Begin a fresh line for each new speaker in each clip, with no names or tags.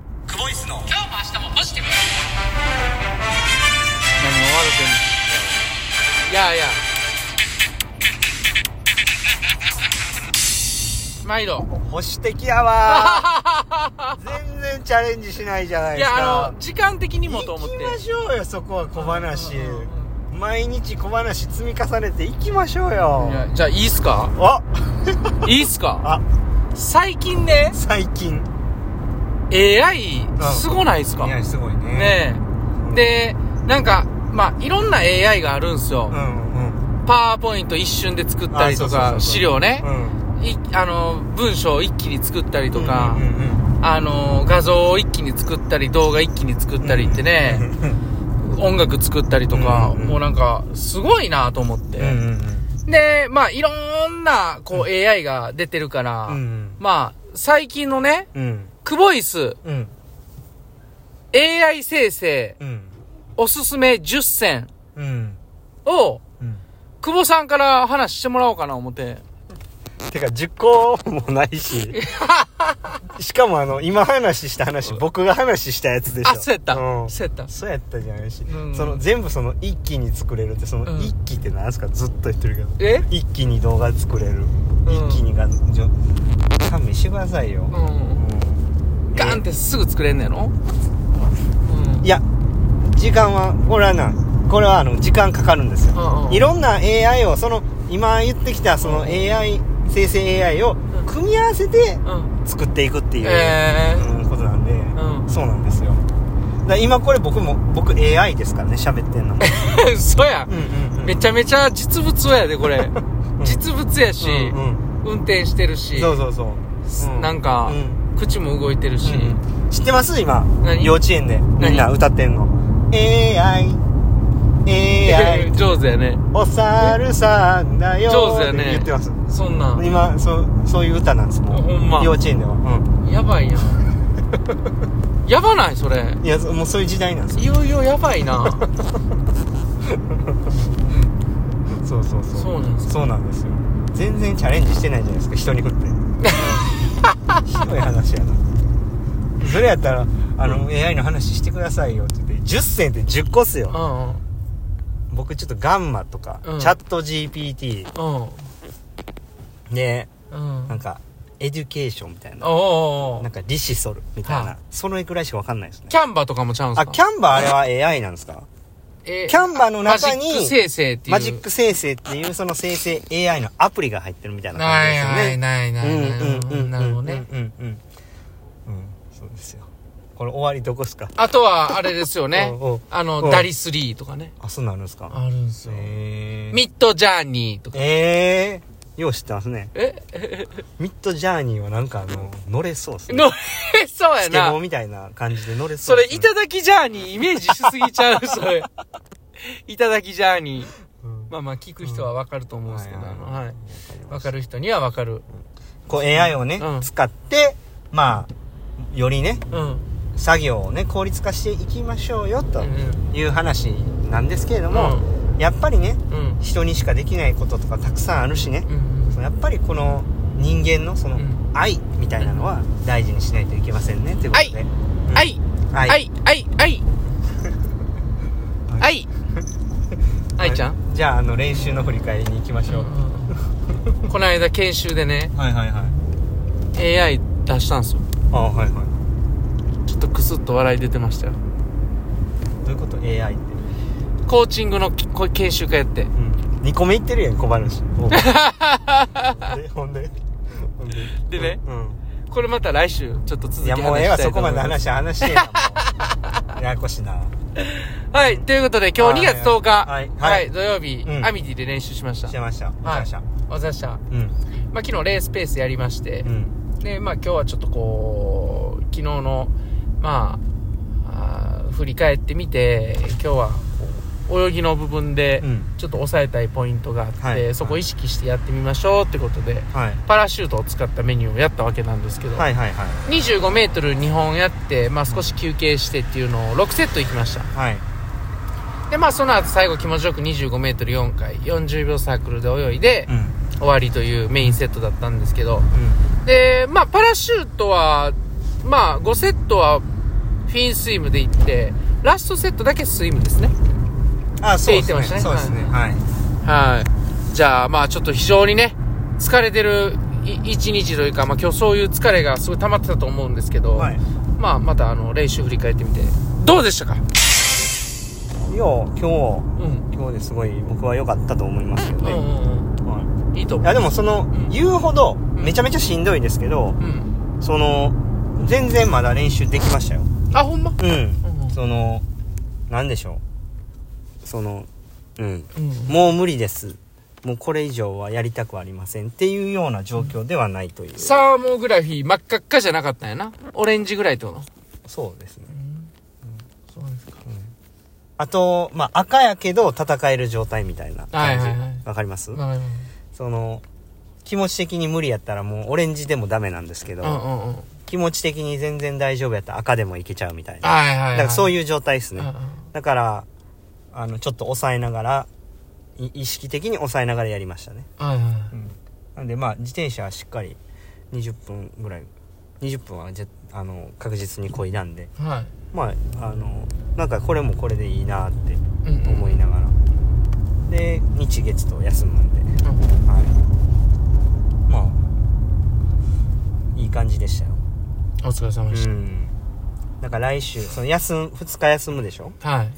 今日も明日も
スの
ポジティブ
何が悪くんいやいや毎度
保守的や わ全然チャレンジしないじゃない
い
ですか
やあの時間的にもと思って
行きましょうよそこは小話
うんうん
毎日小話積み重ねていきましょうよ
いやじゃあいいっすか
あ
いいっすか
あ
最近ね
最近
AI すごないっすか
いや
ね
すごいね
えでなんかまあいろんな AI があるんすよ、
うんうん
パワーポイント一瞬で作ったりと
あそうそうそうそ
か
う
資料ね
うん
いあの文章を一気に作ったりとか、
うんうんうん
あの画像を一気に作ったり動画一気に作ったりってね、音楽作ったりとか、
うんうん
もうなんかすごいなと思って、
うんうん
でまあいろんなこう AI が出てるから、
うん
まあ最近のね
うん
クボイス
うん
AI 生成
うん
おすすめ10選
うん
を
うん
久保さんから話してもらおうかな思って
てか10個もない ししかもあの今話した話僕が話したやつでしょ
あそうやった、
うん
そうやった
そうやったじゃないし、
うん
その全部その一気に作れるってその
うん
一気ってなんですか、ずっと言ってるけど
え
一気に動画作れる、
ん
一気にがじょ勘弁してくださいよ、
う
うんん
ガンってすぐ作れんのやろ、うん
えいや時間はこれはなこれはあの時間かかるんですよ、
うんうん
いろんな AI をその今言ってきたその
うん
AI、生成 AI を
ん
組み合わせて
うん
作っていくっていう、
ええ
うんことなんで、
うん
そうなんですよだから今これ僕も僕 AI ですからね喋ってんのも
嘘や、
うんうんうん
めちゃめちゃ実物やでこれ、実物やし、
うん
運転して
う
る
ん
し
そうそうそう、う
なんか、
うん
口も動いてるし、
うん知ってます今
何
幼稚園でみんな歌ってんの AI
いや
AI
上手やね
お猿さんだよ
上手や
っ
ね
て言ってます
そんなん
今そうそういう歌なんですもう
ほんま
幼稚園では、う
やばいやんやばないそれ
ん、いやそもうそういう時代なんですよ
いよいよやばいな
そうそうそう
そうなんですか
そうなんですよ全然チャレンジしてないじゃないですか人に振ってひどい話やなそれやったらあの、AI の話してくださいよって言って10選って10個っす
う
よ
んうん
僕ちょっとガンマとか、
うん
チャット GPT
うん
ね
うん
なんかエデュケーションみたいな
おうおうおう
なんかリシソルみたいな、
はい
そのくらいしかわかんないですね
キャンバーとかもちゃうんすか
あキャンバーあれは AI なんですか
え
キャンバーの中に
マジック生成っていう
マジック生成っていうその生成 AI のアプリが入ってるみたいな感
な
じ
い
ですよね
ないな
う
い
ん
な
う
い
ん
ない
うんうん
なるほどね
うんうんうんうんそうですよこれ終わりどこっすか
あとはあれですよね
おうおう
あ
お
の
う
ダリ3とかね
あそうなるんですか
あるんすよ
え
ミッドジャーニーとか
えー、よう知ってますね
え
ミッドジャーニーはなんかあの乗れそうっすね
の そうや
スケボー
な
みたいな感じで乗れそ
そう
っ
れ
すね
いただきジャーニーイメージしすぎちゃうそ れいただきジャーニー
うん
まあまあ聞く人はわかると思うんですけど
はい
あ
はい
のはいわ
か
かる人にはわかる
こう AI をね、
うん
使ってまあよりね
うん
作業をね効率化していきましょうよと
うん
いう話なんですけれども、やっぱりね
うん
人にしかできないこととかたくさんあるしね
う、ん
やっぱりこの人間のその
うん
愛みたいなのは大事にしないといけませんねということで、うん
はい
愛
はいはいはいはいはいちゃん
じゃああの練習の振り返りに行きましょう、
この間研修でね
はいはいはい
AI 出したんですよ
あはいはい
ちょっとクスッと笑い出てましたよ
どういうこと AI って、
コーチングのきこ研修会やって
うん、2個目言ってるやん小 話ほんでほんでほんで
でね
うん
これまた来週ちょっと続
い
き
や
話
もうええ
し
わ
たい
そ
と
こ
思
ま
い
で
ます
話話してえな もうややこしいな
はいということで今日2
はい
月10日
はいはい
はい土曜日
うん
アミティで練習しました
してました
はい
ました
お疲れ様でした
うん
まあ昨日レースペースやりまして
うん
でまあ今日はちょっとこう昨日のまああー振り返ってみて今日はこう泳ぎの部分で
うん
ちょっと抑えたいポイントがあって、
はい
そこを意識してやってみましょうってことで
はい
パラシュートを使ったメニューをやったわけなんですけど、
はいはいはい
25メートル2本やって、まあ、少し休憩してっていうのを6セットいきました
はい
でまあその後最後気持ちよく25メートル4回40秒サークルで泳いで
うん
終わりというメインセットだったんですけど
うん
でまあパラシュートはまあ5セットはフフィンスイムで行ってラストセットだけスイムですね
あそうですね
って言ってましたね
そうですねはい、
はいじゃあまあちょっと非常にね疲れてるい一日というか、まあ、今日そういう疲れがすごい溜まってたと思うんですけど、
はい
まあまたあの練習振り返ってみてどうでしたか
いや今日
うん
今日ですごい僕は良かったと思いますけど
うん
ね、
うん
は
うんいいと
い、い
思
や
う
でもその、
ん
言うほどめちゃめちゃしんどいですけど
うん
その全然まだ練習できましたよ
あほんま
うん、
うん
そのなんでしょうそのうん
うん
もう無理ですもうこれ以上はやりたくありませんっていうような状況ではないという
サーモグラフィー真っ赤っかじゃなかったんやなオレンジぐらいってこと
そうですね
そうですか
あと、まあ、赤やけど戦える状態みたいな感じ。
は
わ、
いはいはい
かります、
わかりま
その、気持ち的に無理やったらもうオレンジでもダメなんですけど、
すうんうんうんはい
気持ち的に全然大丈夫やったら赤でもいけちゃうみたいな。
はいはい
だからそう
い
いう状態です
う
ね。
んうん
だから、あの、ちょっと抑えながら、い意識的に抑えながらやりましたね。
はいはい
なんでまあ、自転車はしっかり20分ぐらい、20分はじゃあの、確実にこいだんで、
はい
まあ、あの、なんかこれもこれでいいなって
うんうん
思いながらで日月と休むんで、
うん
はい、まあいい感じでしたよ
お疲れ様でし
んだから来週その休む2日休むでしょ
たはい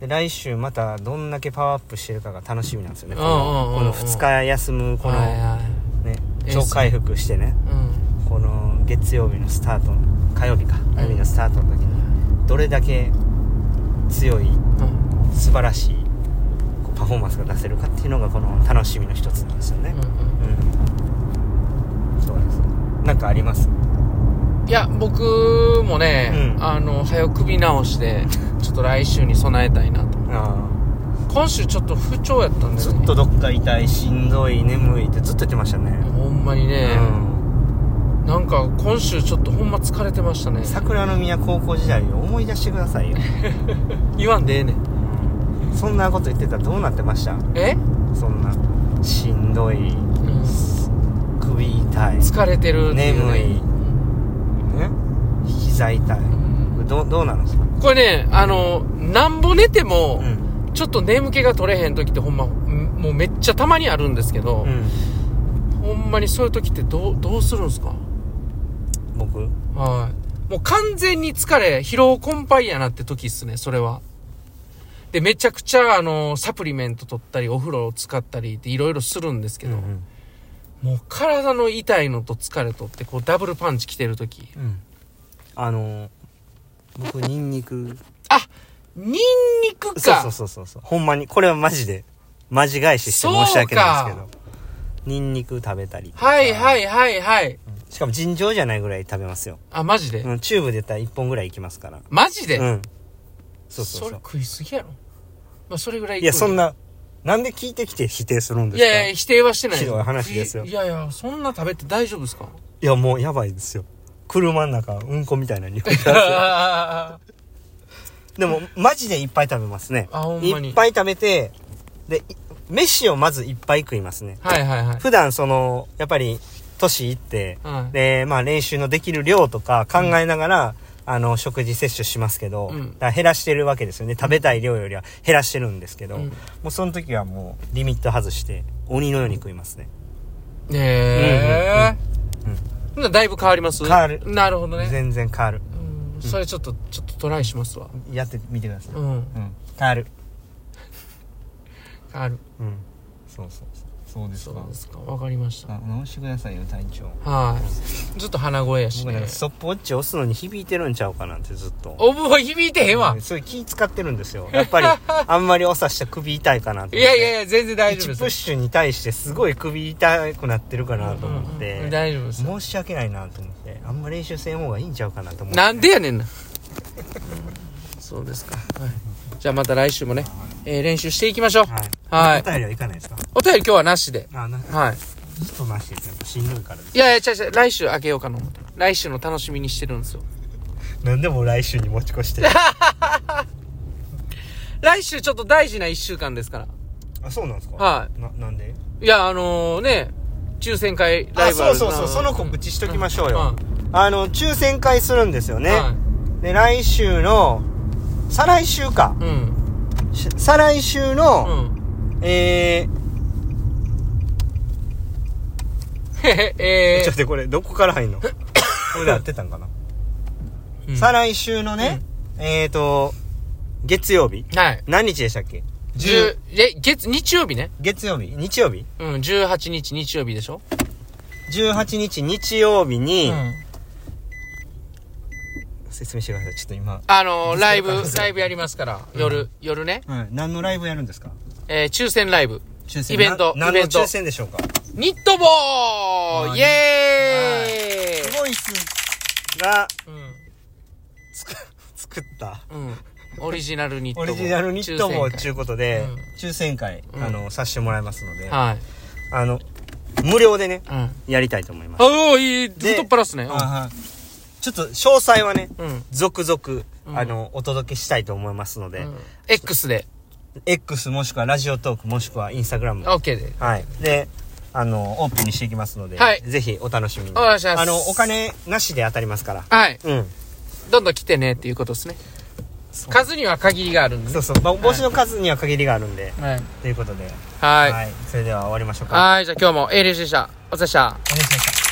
で来週またどんだけパワーアップしてるかが楽しみなんですよね
う
こ
んうんうんうん
のこの2日休むこの
はいは
ね
いいですね
超回復してね
いうん
この月曜日のスタートの火曜日か火曜日のスタートの時にどれだけ強い
うん
素晴らしいこうパフォーマンスが出せるかっていうのがこの楽しみの一つなんですよね
う、ん
うんそうですなんかあります
うんいや僕もね
うん
あの早く首直してちょっと来週に備えたいなと
あ
今週ちょっと不調やったん
あ
だ
ず
よね
っとどっか痛いしんどい眠いってずっと言ってましたね、
ほんまに
う
ね
ん、
なんか今週ちょっとほんま疲れてましたね
桜の宮高校時代を思い出してくださいよ、
言わんでええねん
うんそんなこと言ってたらどうなってました
え
そんなしんどい
うん
首痛い、ね、
疲れてるっていうね
眠い膝痛い
うん
どどうなのですか、
これねあのなんぼ寝ても、
ん
ちょっと眠気が取れへん時ってほんまんもうめっちゃたまにあるんですけど
う、ん、
ほんまにそういう時ってどうどうするんすか
僕
はいもう完全に疲れ疲労困憊やなって時っすねそれはでめちゃくちゃあのサプリメント取ったりお風呂を使ったりっていろいろするんですけど、
うん
もう体の痛いのと疲れとってこうダブルパンチ来てる時
うん、あのー僕ニンニク
ニンニクか
そうそうそうそうそうほんまにこれはマジでマジ返しして申し訳ないんですけどニンニク食べたりとか
はいはいはいはい
しかも尋常じゃないぐらい食べますよ、
あマジで、
うん、チューブで言ったら1本ぐらいいきますから
マジで、
うんそうそう
れ
そう
食いすぎやろ、まあ、それぐらい
いやそん
な
ななんで聞いてきて否定するんで
い
すか
やいや否定はしてない
ひどい話ですよ
いやいやそんな食べて大丈夫ですか
いやもうやばいですよ車の中うんこみたいな匂いが
あ
でもマジでいっぱい食べますね
あほんまに
いっぱい食べてでい飯をまずいっぱい食いますね
はいはいはい
普段そのやっぱり年いって、
はい
でまあ練習のできる量とか考えながら、あの食事摂取しますけど、
うん
だから減らしてるわけですよね食べたい量よりは減らしてるんですけど、
うん
もうその時はもうリミット外して鬼のように食いますね
ねえ
うんうんうんうん
ほんならだいぶ変わります
変わる
なるほどね
全然変わる
うんそれちょっとちょっとトライしますわ
やってみてください、
う
うん
ん
変わる
変わる
うんそうそうそうそうで
そうですかわかりました
直してくださいよ隊長
はいちょっと鼻声やし
僕なん
ね
かストップウォッチ押すのに響いてるんちゃうかなってずっと
おもう響いてへんわ
それ気使ってるんですよ。やっ ぱり、あんまりおさしたら首痛いかなと
い
思って。
やいやいや全然大丈
1
夫
プ
で
ッ
す
シュに対してすごい首痛くなってるかなと思っ
うんうんうん
て。
大丈夫です
申し訳ないなと思って。あんま練習せん方がいいんちゃうかなと思って。
なんでやねんな そうですか、はい、じゃあまた来週もね、えー練習していきましょう
は。
はいい
お便りはいかないですか
お便り今日はなしで
あ、なんか、
はい
ずっとなしです。やっぱしんどいからです。
いやいや違う違う来週あげようかな思って来週の楽しみにしてるんですよ
なんでもう来週に持ち越して。
来週ちょっと大事な1週間ですから
あ、そうなんですか。
はい
な、なんで
いやあのね抽選会ラ
あ、
イブ
そ
あ
う
る
そうそう。その告知しときましょう
うんうん
よ。あの、抽選会するんですよね。
はい
で来週の再来週か
うん。
し再来週
う
の、
ん。
え
へへ、
ー、ちょ
え
っと待ってこれどこから 入んのこれで合ってたんかな、
ーうん
再来週のね、えーと月曜日
はい。
何日でしたっけ
十、え、月、日曜日ね。
月曜日日曜日
うん、18日日曜日でしょ
18日日曜日
う
に、
ん。
説明してくださいちょっと今、
あのー、ライブ
そう、
ライブやりますから、夜、夜ね。
何のライブやるんですか
えー抽選ライブ。
抽
イベント
な何
イベ
の
ント
抽選でしょうか
ニット帽
あ
イエーイ
すごいすが
う
つく作った
ん。うん。オリジナルニット
オ
帽。
リジナルニットも
抽選
ちゅうことで、
うん
抽選会、
うん
あのさせてもらいますので、
会はい。
あの無料でね
うん。あ、
やりたいと思います
おーいい、太っ腹っすね。
ちょっと詳細はね
うん。うん。
続々、
うん
あのお届けしたいと思いますので、
うん X で。
X もしくはラジオトークもしくはインスタグラム
OK で。
はいであのオープンにしていきますので、
はい
ぜひお楽しみに
お願いします
あのお金なしで当たりますから
はい。
うん
どんどん来てねっていうことですね。数には限りがあるんで
そう。そう、まあ、帽子の数には限りがあるんで、
はい。
ということで
はい。
はい、それでは終わりましょうか
はい。じゃあ今日も A 練習でした。お疲れ様でした。
お願いしました